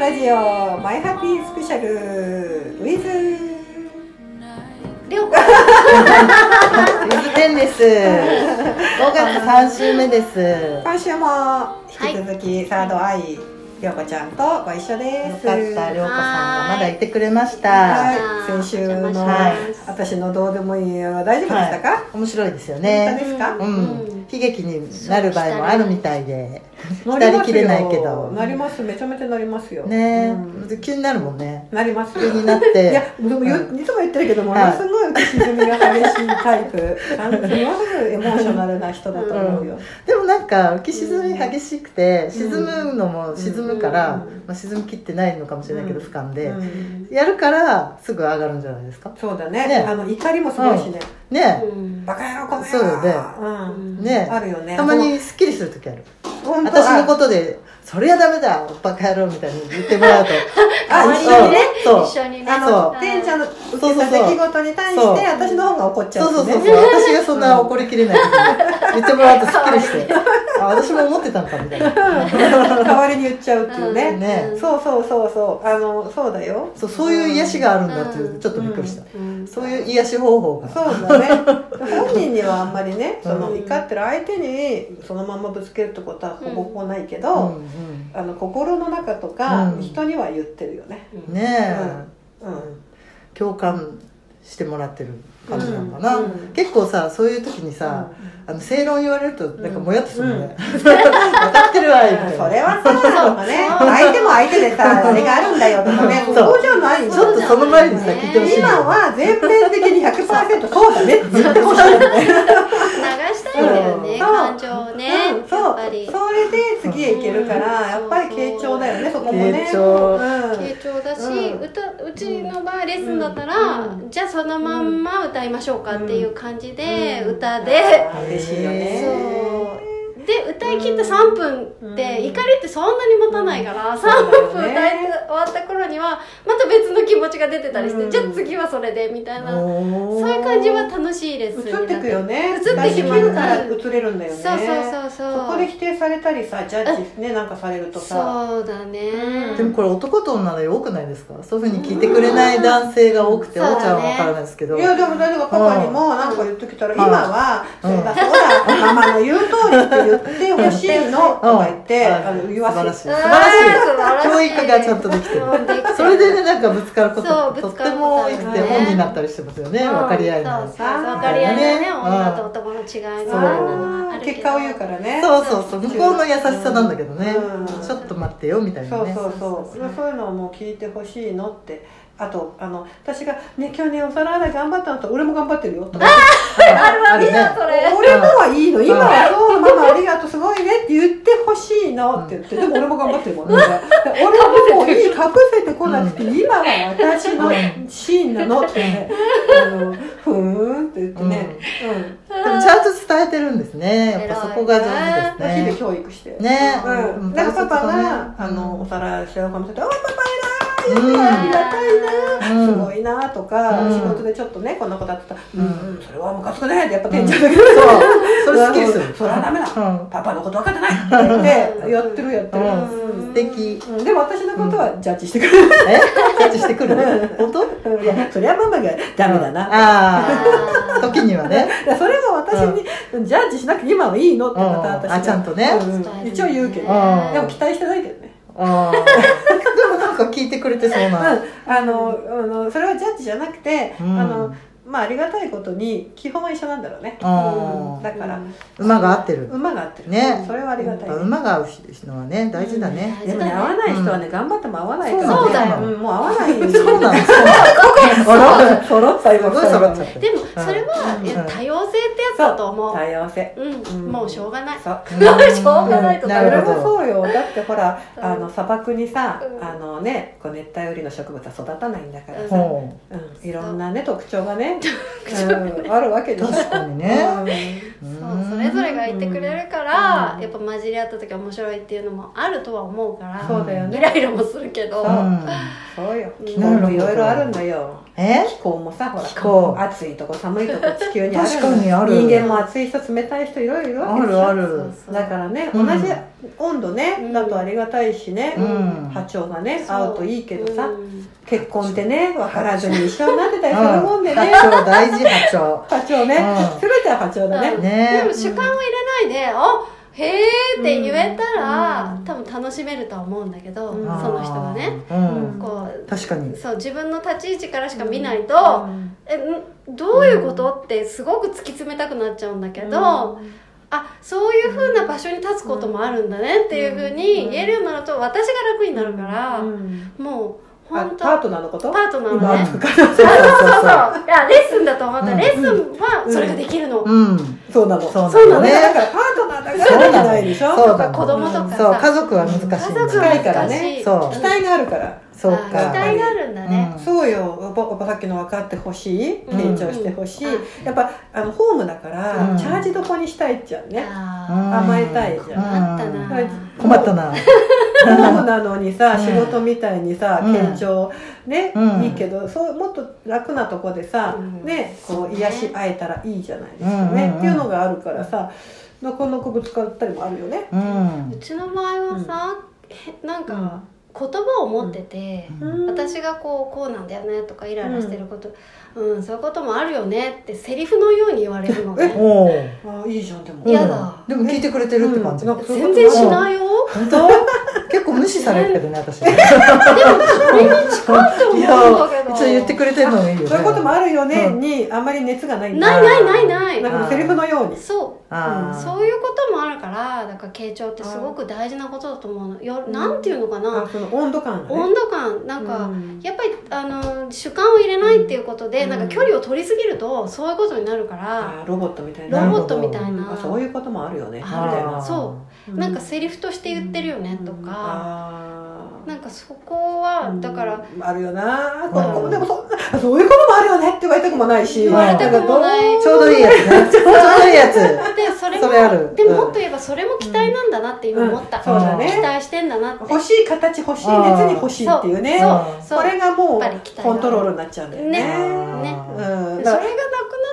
ラジオマイハッピースペシャルウィズりょうこ水天です。5月3週目です。よ今週も引き続きサードアイりょうこちゃんとご一緒ですかった、りょうこさんがまだいてくれました。はい先週のお邪魔します私のどうでもいいは大丈夫でしたか、面白いですよ本ね。当ですかううんん、悲劇になる場合もあるみたいで。な二人きれないけどなりますめちゃめちゃなりますよねうん、急になるもんね。なります急よになっいやて。でもよいつうも言ってるけどもはいのすごい浮き沈みが激しいタイプあのものすごいエモーショナルな人だと思うよ、でもなんか浮き沈み激しくて、沈むのも沈むから、うんまあ、沈みきってないのかもしれないけど、うん俯瞰うで、んやるからすぐ上がるんじゃないですかそうだねねあの怒りもすごいしね、ねうんバカ野郎この野郎そうよねうんねあるよねたまにすっきりする時ある本当私のことで「そりゃダメだバカ野郎」みたいに言っても らうとああ一一緒緒ににね一緒にねそうねあその天ちゃんの受けた出来事に対してそうそう私の方が怒っちゃそううそうねそうそう私がそんな怒りきれない時に言ってもらうとすっき りしてあ私も思ってたのかみたいな代わりに言っちゃうっていうね,、うんねうんそうそうそうそうあのそうだよそうそういう癒しがあるんだっていうちょっとびっくりした、うんそういう癒し方法がそうだね本人にはあんまりねそのうん怒ってる相手にそのままぶつけるってことはほぼほぼないけど、んうんあの心の中とかうん人には言ってるよね、うんねえ、うん共感してもらってる感じなのかな、うんうん結構さそういう時にさ、あの正論言われるとなんかもやっとするね、 当たってるわそよれみたいなはそうだもね相手も相手でさあれがあるんだよとかねそそううじゃないよちょっとその前にさ聞いてほしい今は全面的に100%そうだねって言ってほしいんだよね流したいんだよねそう感情をねうんそうやっぱりそれで次へ行けるから、うんやっぱり傾聴だよねそこもね傾聴うん傾聴だし、うん歌うちの場合レッスンだったら、うんじゃあそのまんま歌いましょうかっていう感じで、うん歌で、嬉しいよねそうで歌い切って3分って、うん怒りってそんなに持たないから、3分歌い終わった頃にはまた別の気持ちが出てたりして、うんじゃあ次はそれでみたいな、そそういう感じは楽しいレッスンにな映ってくよね映ってきます出し切るから映れるんだよそうねそうそうそうそこで否定されたりさジャッジねなんかされるとさそうだね、うんでもこれ男と女で多くないですかそういうふうに聞いてくれない男性が多くて、うんおちゃんは分からないですけどいやでもだけどパパにもなんか言っときたらうん今はうそんうだそうだママの言う通りって言ってほしいのとか言ってうんあの言わせる素晴らしいあー素晴らしい教育がちゃんとできてるうんできてるそれでねなんかぶつかることそうとぶっつてかることもは多ねくて本になったりしてますよね、分かり合いなのそうそう分かり合いのねうん女と男の違いみたいなのはああるーけど結果を言うからねそうそうそう向こうの優しさなんだけどね、うんちょっと待ってよみたいなそうねそうそうそうそういうのをもう聞いてほしいのってあとあの私が「ね今日ねお皿洗い頑張ったのと俺も頑張ってるよ」とかあるあるねそ「俺のはいいの今はそうママありがとうすごいね」って言ってほしいのって言ってでも俺も頑張ってるもんねで俺ももういい隠せてこなくて今は私のシーンなのってねあのふーんって言ってねうんでもちゃんと伝えてるんですねやっぱそこが上日手で々すね教育してねうんなんかパパがあのお皿しようかもしれない「おいパパ偉いよねありがたいな」うんすごいなとか、うん仕事でちょっとねこんなことあったら「ううんん、うん、それはムカつくね」ってやっぱ店長だけど、そうそれ好きですうんそれはダメだ、うんパパのこと分かってないって言ってやってるやってる、うん素敵うんでも私のことはジャッジしてくれる、えキャッチしてくる本当いやそれはママがダメだな、だかああ時にはねらそれも私に、ジャッジしなくて今はいいのってまた私うんあちゃんとねうん一応言うけど、うんでも期待してないけどねあーでもなんか聞いてくれてそうなうん、あのあのそれはジャッジじゃなくて、うんあのまあありがたいことに基本は一緒なんだろうね、あーうんだから、馬が合ってる馬が合ってる、ねそれはありがたいね、やっぱ馬が合う人はね大事だね、でもね合わない人はね、頑張っても合わないから、ね、そうだよん、もう合わないよ そうなんですよあら揃ったす今ごい揃っちゃってるでもそれは、いや多様性ってやつだと思う多様性うん、うんもうしょうがないそううんしょうがないとなそれるもほどそうよ だってほら、うんあの砂漠にさ、うんあのねこう熱帯雨林の植物は育たないんだからさ、うんほいろんなね特徴がね、うん、あるわけうでしょ確かにね、うそんうそれぞれがいてくれるから、うんやっぱ混じり合った時は面白いっていうのもあるとは思うから、そうだよねイライラもするけど、そううんそうよ。うん気分もいろいろあるんだよ。え気候もさほら気候暑いとこ寒いとこ地球にある確かにある人間も暑い人冷たい人いろいろいるわあけるあるそうだからね、うん同じ温度ね、うんだとありがたいしね、うん波長がねそう合うといいけどさ、うん結婚ってね分からずに一緒になってたうんりするもんでね、波長大事波長波長ね、うん全ては波長だね、うんでねも主観を入れないで、あへえって言えたら、うん多分楽しめるとは思うんだけど、うんその人はね、あーうんこ確かうにそう自分の立ち位置からしか見ないと、うんえんどういうことってすごく突き詰めたくなっちゃうんだけど、うんあそういうふうな場所に立つこともあるんだねっていうふうに言えるようになると私が楽になるから、うんもうあ本当パートナーのことパートナーの今ねとかそうそうそうそうそいやレッスンだと思った、うんレッスンはそれができるの、ううんそうなのそうなのねだからパートナーだからできないでしょそうなのとか子供とかさ、そう家族は難しいんだ家族は近いから難しねいそう期待があるから、そうあ期か待があるんだね、うんそうよおばおばさっきの分かってほしいうん緊張してほしい、うんやっぱあのホームだから、うんチャージどこにしたいっちゃうね、あ甘えたいじーゃん、あったうんな、はい困ったなホ ームなのにさ、うん仕事みたいにさうん緊張ね、うんいいけどそうもっと楽なとこでさ、うんねそこううね癒し合えたらいいじゃないですかね、うんうんうんっていうのがあるからさなかなかぶつかったりもあるよね。うんうちの場合はさ、へなんか言葉を持ってて、うん私がこうこうなんだよねとかイライラしてること、うんそういうこともあるよねってセリフのように言われるのがえおおあいいじゃんでもいやだでも聞いてくれてるって感うじんなんかそういうこ全と然しないよ本当結構無視されるけどね私いやって思うんだけど一応言ってくれてるのもいいよねそういうこともあるよね、うんにあんまり熱がないんなだいないないないなんかもうセリフのようにそうあーそういうこともあるからだから傾聴ってすごく大事なことだと思うのよなんていうのかな、あその温度感がね温度感なんか、うんやっぱりあの主観を入れないっていうことで、うんなんか距離を取りすぎるとそういうことになるから、あロボットみたいロなボットみたいなあそういうこともあるよねみたいあるなそなんかセリフとして言ってるよねとか、かなんかそこはだから、あるよなうんこの子もでもそあそういうこともあるよねって言われたくもないし言われたくもないんかちょうどいいやつねちょうどいいやつでそれもそれあるでうんももっと言えばそれも期待なんだなって今思った、うんそうだね期待してんだなってどう欲しい形欲しい熱に欲しいっていうねそううんそうこれがもうやっぱり期待がコントロールになっちゃうんだよねねうんそれだがなくなからっ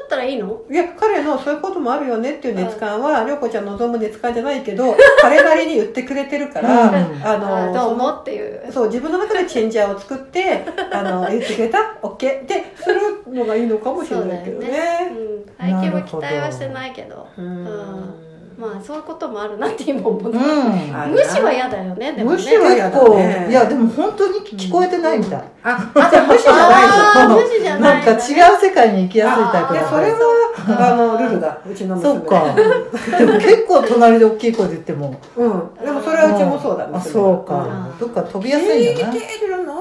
たらいいのいや彼のそういうこともあるよねっていう熱感は涼子ちゃん望む熱感じゃないけ ど彼なりに言ってくれてるからうんああのどうそのもっていうそう自分の中でチェンジャーを作ってあの言ってくれた OK でするのがいいのかもしれないけどそうだね。うん、最近なはる期ほど待はしてないけどううんんまあそういうこともあるなって今思っうた、んあ無視は嫌だよねでもね無視は嫌結だ構ねいやでも本当に聞こえてないみたいああじゃあ無視じゃないの。あー無視じゃなないんんかだ違うね世界に行きやすいタイプでだそれはあのルールだうちの娘そっかでも結構隣で大きい声で言ってもうんでもそれはうちもそうだあそううかんどっか飛びや娘がすいうんんだ生ねきてるのっ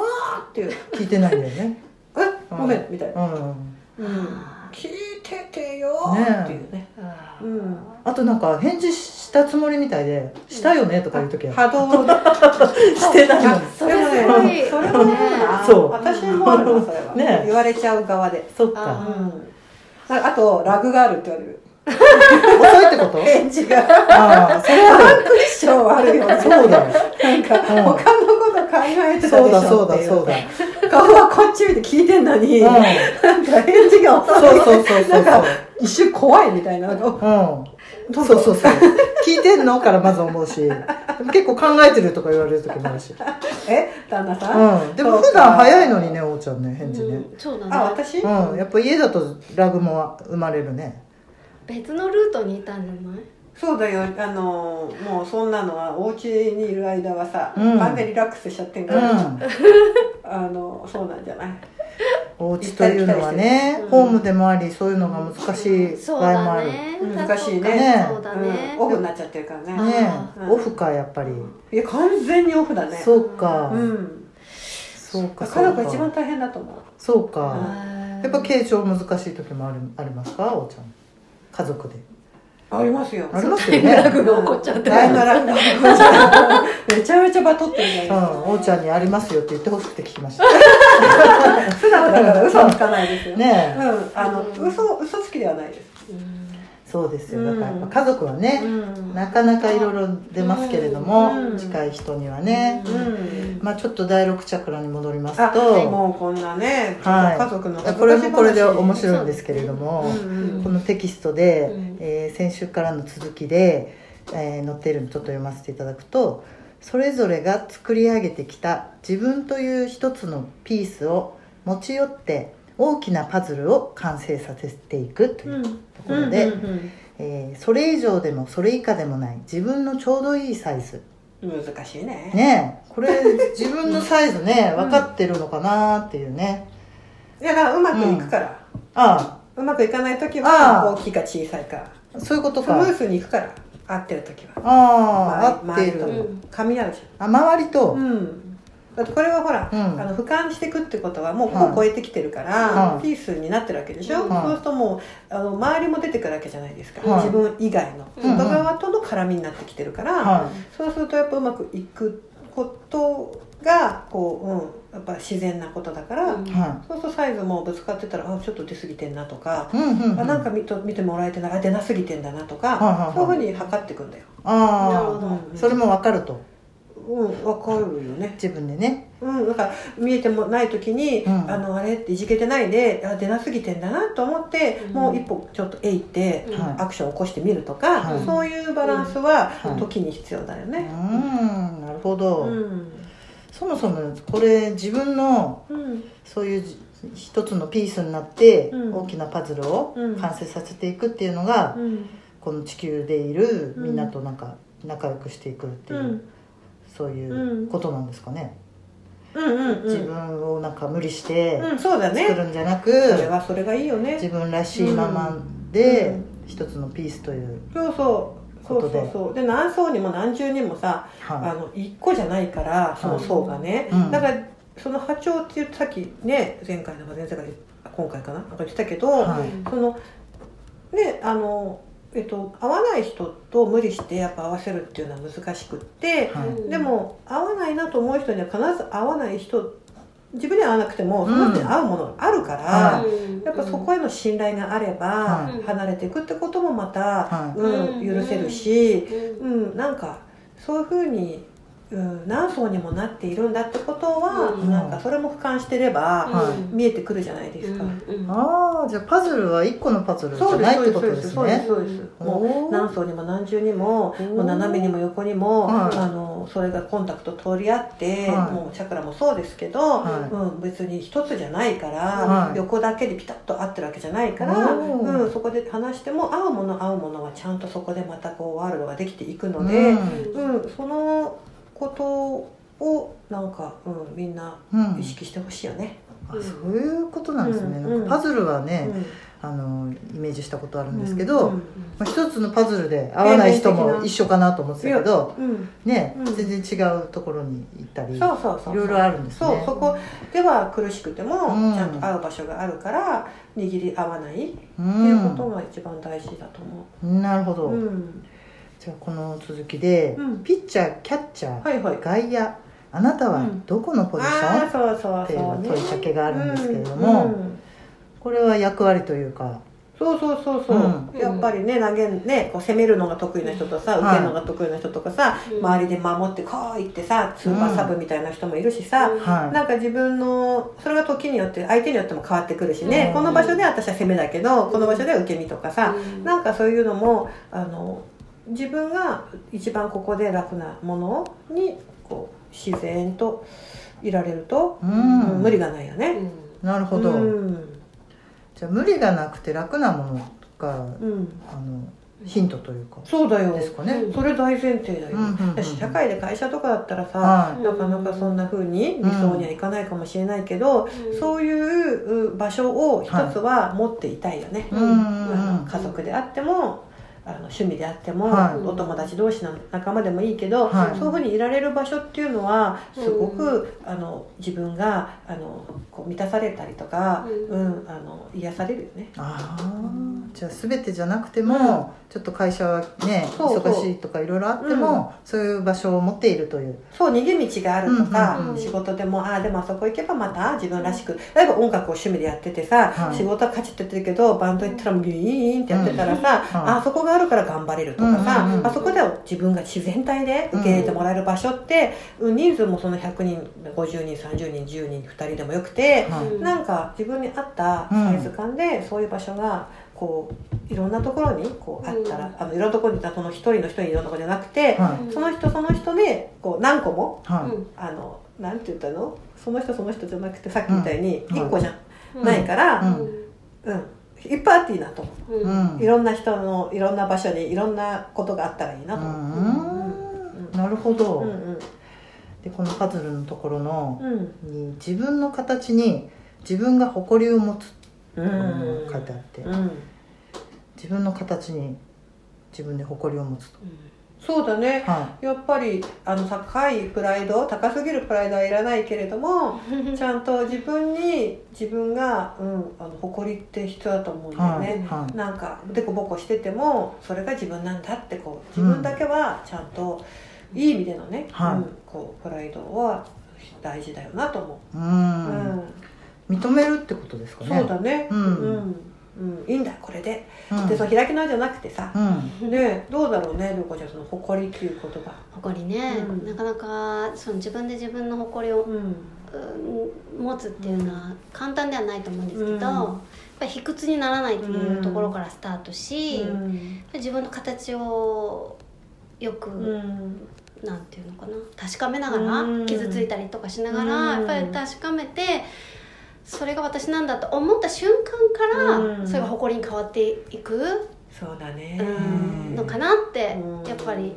ていう聞いてないんだよねえごめんみたいなうんうん聞いててよねっていうねあうーんあとなんか返事したつもりみたいで「したよね」とか言う時は波動でしてないのそれすごいそれもねそう私もあるわそれは、ね言われちゃう側でそっうかあんああとラグがあるって言われる遅いってこと返事 がああそれはクッション悪いよねそうだ よなんか他のこと考えてたそうでだしそょうってだいうそうだ顔はこっち見て聞いてんのに、うんなんか返事が遅いそうそうそうそなうんか一瞬怖いみたいななんかうんそうそうそう聞いてんのからまず思うし結構考えてるとか言われる時もあるし え旦那さん、うんでも普段早いのにねおうちゃんね返事ねうんそうだねあ私、うんやっぱ家だとラグも生まれるね別のルートにいたんじゃないそうだよあのーもうそんなのはお家にいる間はさ、うん完全にリラックスしちゃってんうから、んあのそうなんじゃないお家というのはねうんホームでもありそういうのが難しいそう場合もあだるねうん難しいねそうだうねん、オフになっちゃってるからねねあーオフかやっぱりいや完全にオフだねそうかうんそうかそ家う族が一番か大変だと思うそううかんやっぱ継承難しい時もあるありますかおうちゃん家族でありますよありますタよイムラねグが起こっちゃってるだいぶラグが起こっちゃ うめちゃめちゃバトってるじゃうないん、おうちゃんにありますよって言ってほしくて聞きました。ですか普段だから嘘はつかないですよねうんあのうん嘘嘘つきではないですうんえ、そそうですようだんからやっぱ家族はね、うんなかなかいろいろ出ますけれども、うん近い人にはね、うんまあちょっと第6チャクラに戻りますあと、もうこんなねちょっと家族のこれもこれで面い白いんですけれども、うんこのテキストで、うんえー先週からの続きで、えー載っているのちょっと読ませていただくとそれぞれが作り上げてきた自分という一つのピースを持ち寄って大きなパズルを完成させていくというところで、うんえーそれ以上でもそれ以下でもない自分のちょうどいいサイズうんうん難しいねねえ これ自分のサイズねうん分かってるのかなっていうねいやだからうまくいくから、あうまくいかない時ああは大きいか小さいかあそういうことスムかースにいくから合ってる時はああ合っ周りてる周りと噛み合うじあ周りゃとん、うんだってこれはほら、うんあの俯瞰していくってことはもうこう超えてきてるから、はいピースになってるわけでしょ、うんそうするともうあの周りも出てくるわけじゃないですか、はい自分以外のうん外側との絡みになってきてるから、はそうするとやっぱうまくいくことがこう、うん、やっぱ自然なことだから、うんいはそうするとサイズもぶつかってたらあちょっと出過ぎてんなとか、いうんうんうんあなんか見と見てもらえてないあ出なすぎてんだなとか、はいはいはいそういうふうに測っていくんだよ、なるほあどあそれも分かるとうん分かるよね自分でねうんなんか見えてもない時に、うんあのあれっていじけてないであ出なすぎてんだなと思って、うんもう一歩ちょっとえいってはいアクションを起こしてみるとか、はいそういうバランスははい時に必要だようね、んなるほど、うんそもそもこれ自分のうんそういうじ一つのピースになってうん大きなパズルをうん完成させていくっていうのが、うんこの地球でいるうんみんなとなんか仲良くしていくっていう、うんそういうことなんですかね、うんうん自分をなんか無理してうんそうだ作ねるんじゃなく、それはそれがいいよね自分らしいままでうん一つのピースという、そうそうそうそうそうで何層にも何重にもさあはの1個じゃないからその層がね、うんだからその波長って言ってさっきね前回の前々回あ今回かななんか言ってたけど、いはいそのねあのえっと合わない人と無理してやっぱ合わせるっていうのは難しくって、はいうんでも合わないなと思う人には必ず合わない人自分には合わなくてもその人に合うものがあるから、はやっぱそこへの信頼があれば、うん離れていくってこともまた、はうんうん許せるし、うんうん、なんかそういうふうに、うん、何層にもなっているんだってことは、うんなんかそれも俯瞰してれば、は見えてくるじゃないですか。うんああじゃあパズルは1個のパズルじそゃうでないってすこそうでとですすそうですねそうですもうおー何層にも何重にもおーもう斜めにも横にも、はいあのそれがコンタクト通り合って、はいもうチャクラもそうですけど、はいうん、別に一つじゃないから、はい横だけでピタッと合ってるわけじゃないから、おーうん、そこで話しても合うもの合うものはちゃんとそこでまたこうワールドができていくのうで、んうんそのことをなんか、うん、みんなうん意識してほしいよね。あそういうことなんですね、うんなんかパズルはね、うあのイメージしたことあるんんですけど、うんまあ、一つのパズルで合わない人も一緒かなと思ってたけど、うんね、うん全然違うところに行ったりいそうそうそうそうろいろあるんですねそうそこでは苦しくても、うんちゃんと合う場所があるから握り合わないっていうことが一番大事だと思ん、なるほう、ど、うんじゃあこの続きで、うんピッチャーキャッチャー、はいはい外野あなたはどこのポジション、ああそうそうっていうそうね問いかけがあるんですけれどもうんうんこれは役割というかそうそうそうそう、うやっぱりね投げんねこう攻めるのが得意な人とさうん受けるのが得意な人とかさ、うん周りで守ってこういってさスーパーサブみたいな人もいるしさ、うんはいなんか自分のそれが時によって相手によっても変わってくるしね、うこんの場所で私は攻めだけどこの場所では受け身とかさ、うんなんかそういうのもあの自分が一番ここで楽なものにこう自然といられると、ううんん無理がないよね。なるほど、うんじゃあ無理がなくて楽なものがうんあのヒントというかそうだよですかね、うんそれ大前提だよ、うんうんうんうん私社会で会社とかだったらさ、はなかなかそんな風に理想にはいかないかもしれないけど、そういうう場所を一つは持っていたいよね、いうんうんうんあの家族であっても、あの趣味であっても、はいお友達同士の仲間でもいいけど、はいそういうふうにいられる場所っていうのはすごく、うあの自分があのこう満たされたりとか、ううんあの癒されるよね。ああじゃあ全てじゃなくても、ちょっと会社はねそうそう忙しいとかいろいろあっても、そういう場所を持っているというそう逃げ道があるとか、うんうん仕事でもああでもあそこ行けばまた自分らしく例えば音楽を趣味でやっててさ、はい仕事はカチッとやってるけどバンド行ったらビーンってやってたらさ、うんああそこがあるから頑張れるとかさ、うんうんうんあそこでは自分が自然体で受け入れてもらえる場所って、うん人数もその100人50人30人10人2人でもよくて、はいうんなんか自分に合ったサイズ感で、そういう場所がこういろんなところにこうあったら、うんあのいろんなところにその一人の人にいろんなところじゃなくて、はうんその人その人でこう何個もいはい、あのなんて言ったのその人その人じゃなくてさっきみたいにうん1個じゃうんないかうら、んうんいっぱいあっていいなと、うんううんんいろんな人のいろんな場所にいろんなことがあったらいいなうと思う。んなるほど、うんうんでこのパズルのところの、うんに自分の形に自分が誇りを持つうといんうのが書いてあって、うん自分の形に自分で誇りを持つと、そうだねはやっぱりあの高いプライド高すぎるプライドはいらないけれどもちゃんと自分に自分が、うん、あの誇りって必要だと思うんい、だよはね。いはなんかでこぼこしててもそれが自分なんだってこう自分だけはちゃんと、いい意味でのね、はいうんこうプライドは大事だよなと思い、うう、うんん認めるってことですかねそうだねうんうんうんいいんだこれで、うんでその開き直りじゃなくてさう、んねどうだろうねりょうこちゃんその誇りっていう言葉誇りね、うんなかなかその自分で自分の誇りを、うんうん持つっていうのは簡単ではないと思うんですけど、うんやっぱり卑屈にならないっていうところからスタートし、うやっんぱり自分の形をよく、うんなんていうのかな確かめながら、うん傷ついたりとかしながら、うんやっぱり確かめてそれが私なんだと思った瞬間から、うんそれが誇りに変わっていく、そうだねうんのかなって、やっぱり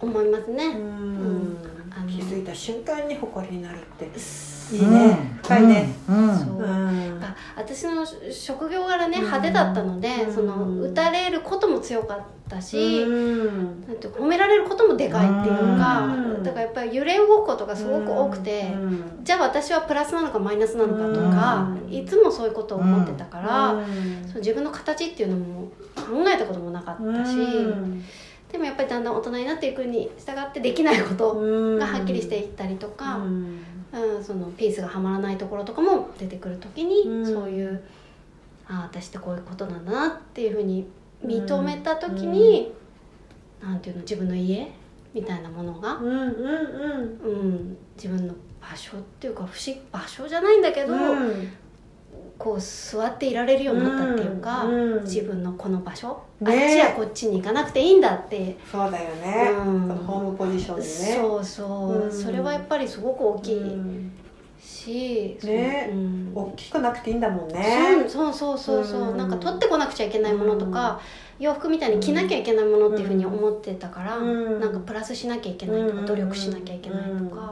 思いますうね。んあの気づいた瞬間に誇りになるっていいうんね、深いね、うんそううんあ私の職業柄ねうん派手だったので、うんその打たれることも強かったし、うんなんていうか褒められることもでかいっていうか、うんだからやっぱり揺れ動くことがすごく多くて、うんじゃあ私はプラスなのかマイナスなのかとか、うんいつもそういうことを思ってたから、うんそう自分の形っていうのも考えたこともなかったし、うんでもやっぱりだんだん大人になっていくに従ってできないことうんがはっきりしていったりとか、うんうん、そのピースがはまらないところとかも出てくる時に、うんそういうああ私ってこういうことなんだなっていうふうに認めた時に、なんていうの自分の家みたいなものが、うんうんうん、自分の場所っていうか不思場所じゃないんだけど、うんこう座っていられるようになったっていうか、うんうん自分のこの場所、ねあっちやこっちに行かなくていいんだって、そうだよねうんそのホームポジションでねそうそう、うんそれはやっぱりすごく大きういんし、そうねうん大きくなくていいんだもんねそうそうそうそう、うんなんか取ってこなくちゃいけないものとか、洋服みたいに着なきゃいけないものっていうふうに思ってたから、うんなんかプラスしなきゃいけないとか、うん努力しなきゃいけないとか、うん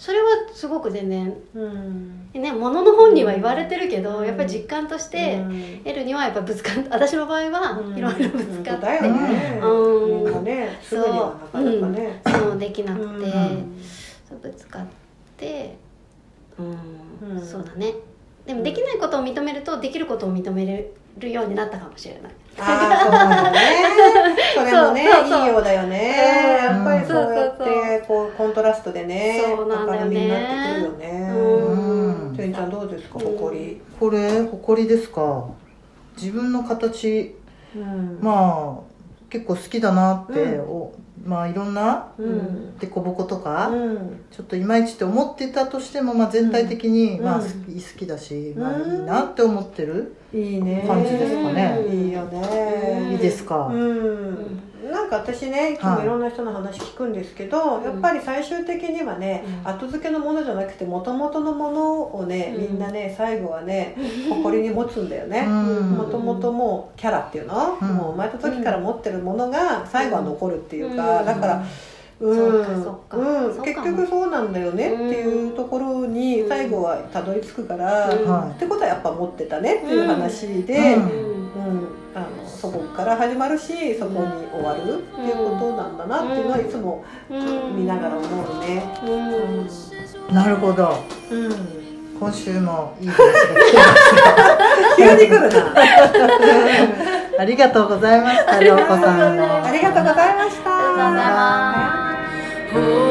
それはすごく全然うんね物の本には言われてるけど、うんやっぱり実感として、うん得るにはやっぱぶつかっ 私の場合うんはいろいろぶつかっ本当だて、よねうんなんかねすぐにはなかなかねそうできなくて、うんそうぶつかってうん、うんそうだねでもできないことを認めるとできることを認めれるようになったかもしれないああそうだねそれもねそうそうそういいようだよねうんやっぱりそうやっそうそうてこうコントラストでねそうなんだよ明るみねになってくるよねうんちょいちゃんどうですかうん誇りこれ誇りですか自分の形まあまあ結構好きだなって、うんおまあいろんなうん凸凹とうか、んちょっといまいちって思ってたとしても、まあ、全体的に、うんまあ、うん好き好きだし、うんまあ、いいなって思ってる、いいね感じですかねいいようんねいいですか、うんなんか私ねいつもいろんな人の話聞くんですけど、いやっぱり最終的にはね、うん後付けのものじゃなくて元々のものをね、うんみんなね最後はね誇りに持つんだよね、うんもともともうキャラっていうの、うんもう生まれた時から持ってるものが最後は残るっていうか、うんだから、うんそうかそうかうんそうかも結局そうなんだよねっていうところにうん最後はたどり着くから、うんってことはやっぱ持ってたねっていう話で、ううんんあのそこから始まるしそこに終わるっていうことなんだなっていうのはいつも見ながら思うね。うんなるほどうん今週もいい話が来てま 急に来るな。すありがとうございました涼子さんのありがとうございました。ありがとうございます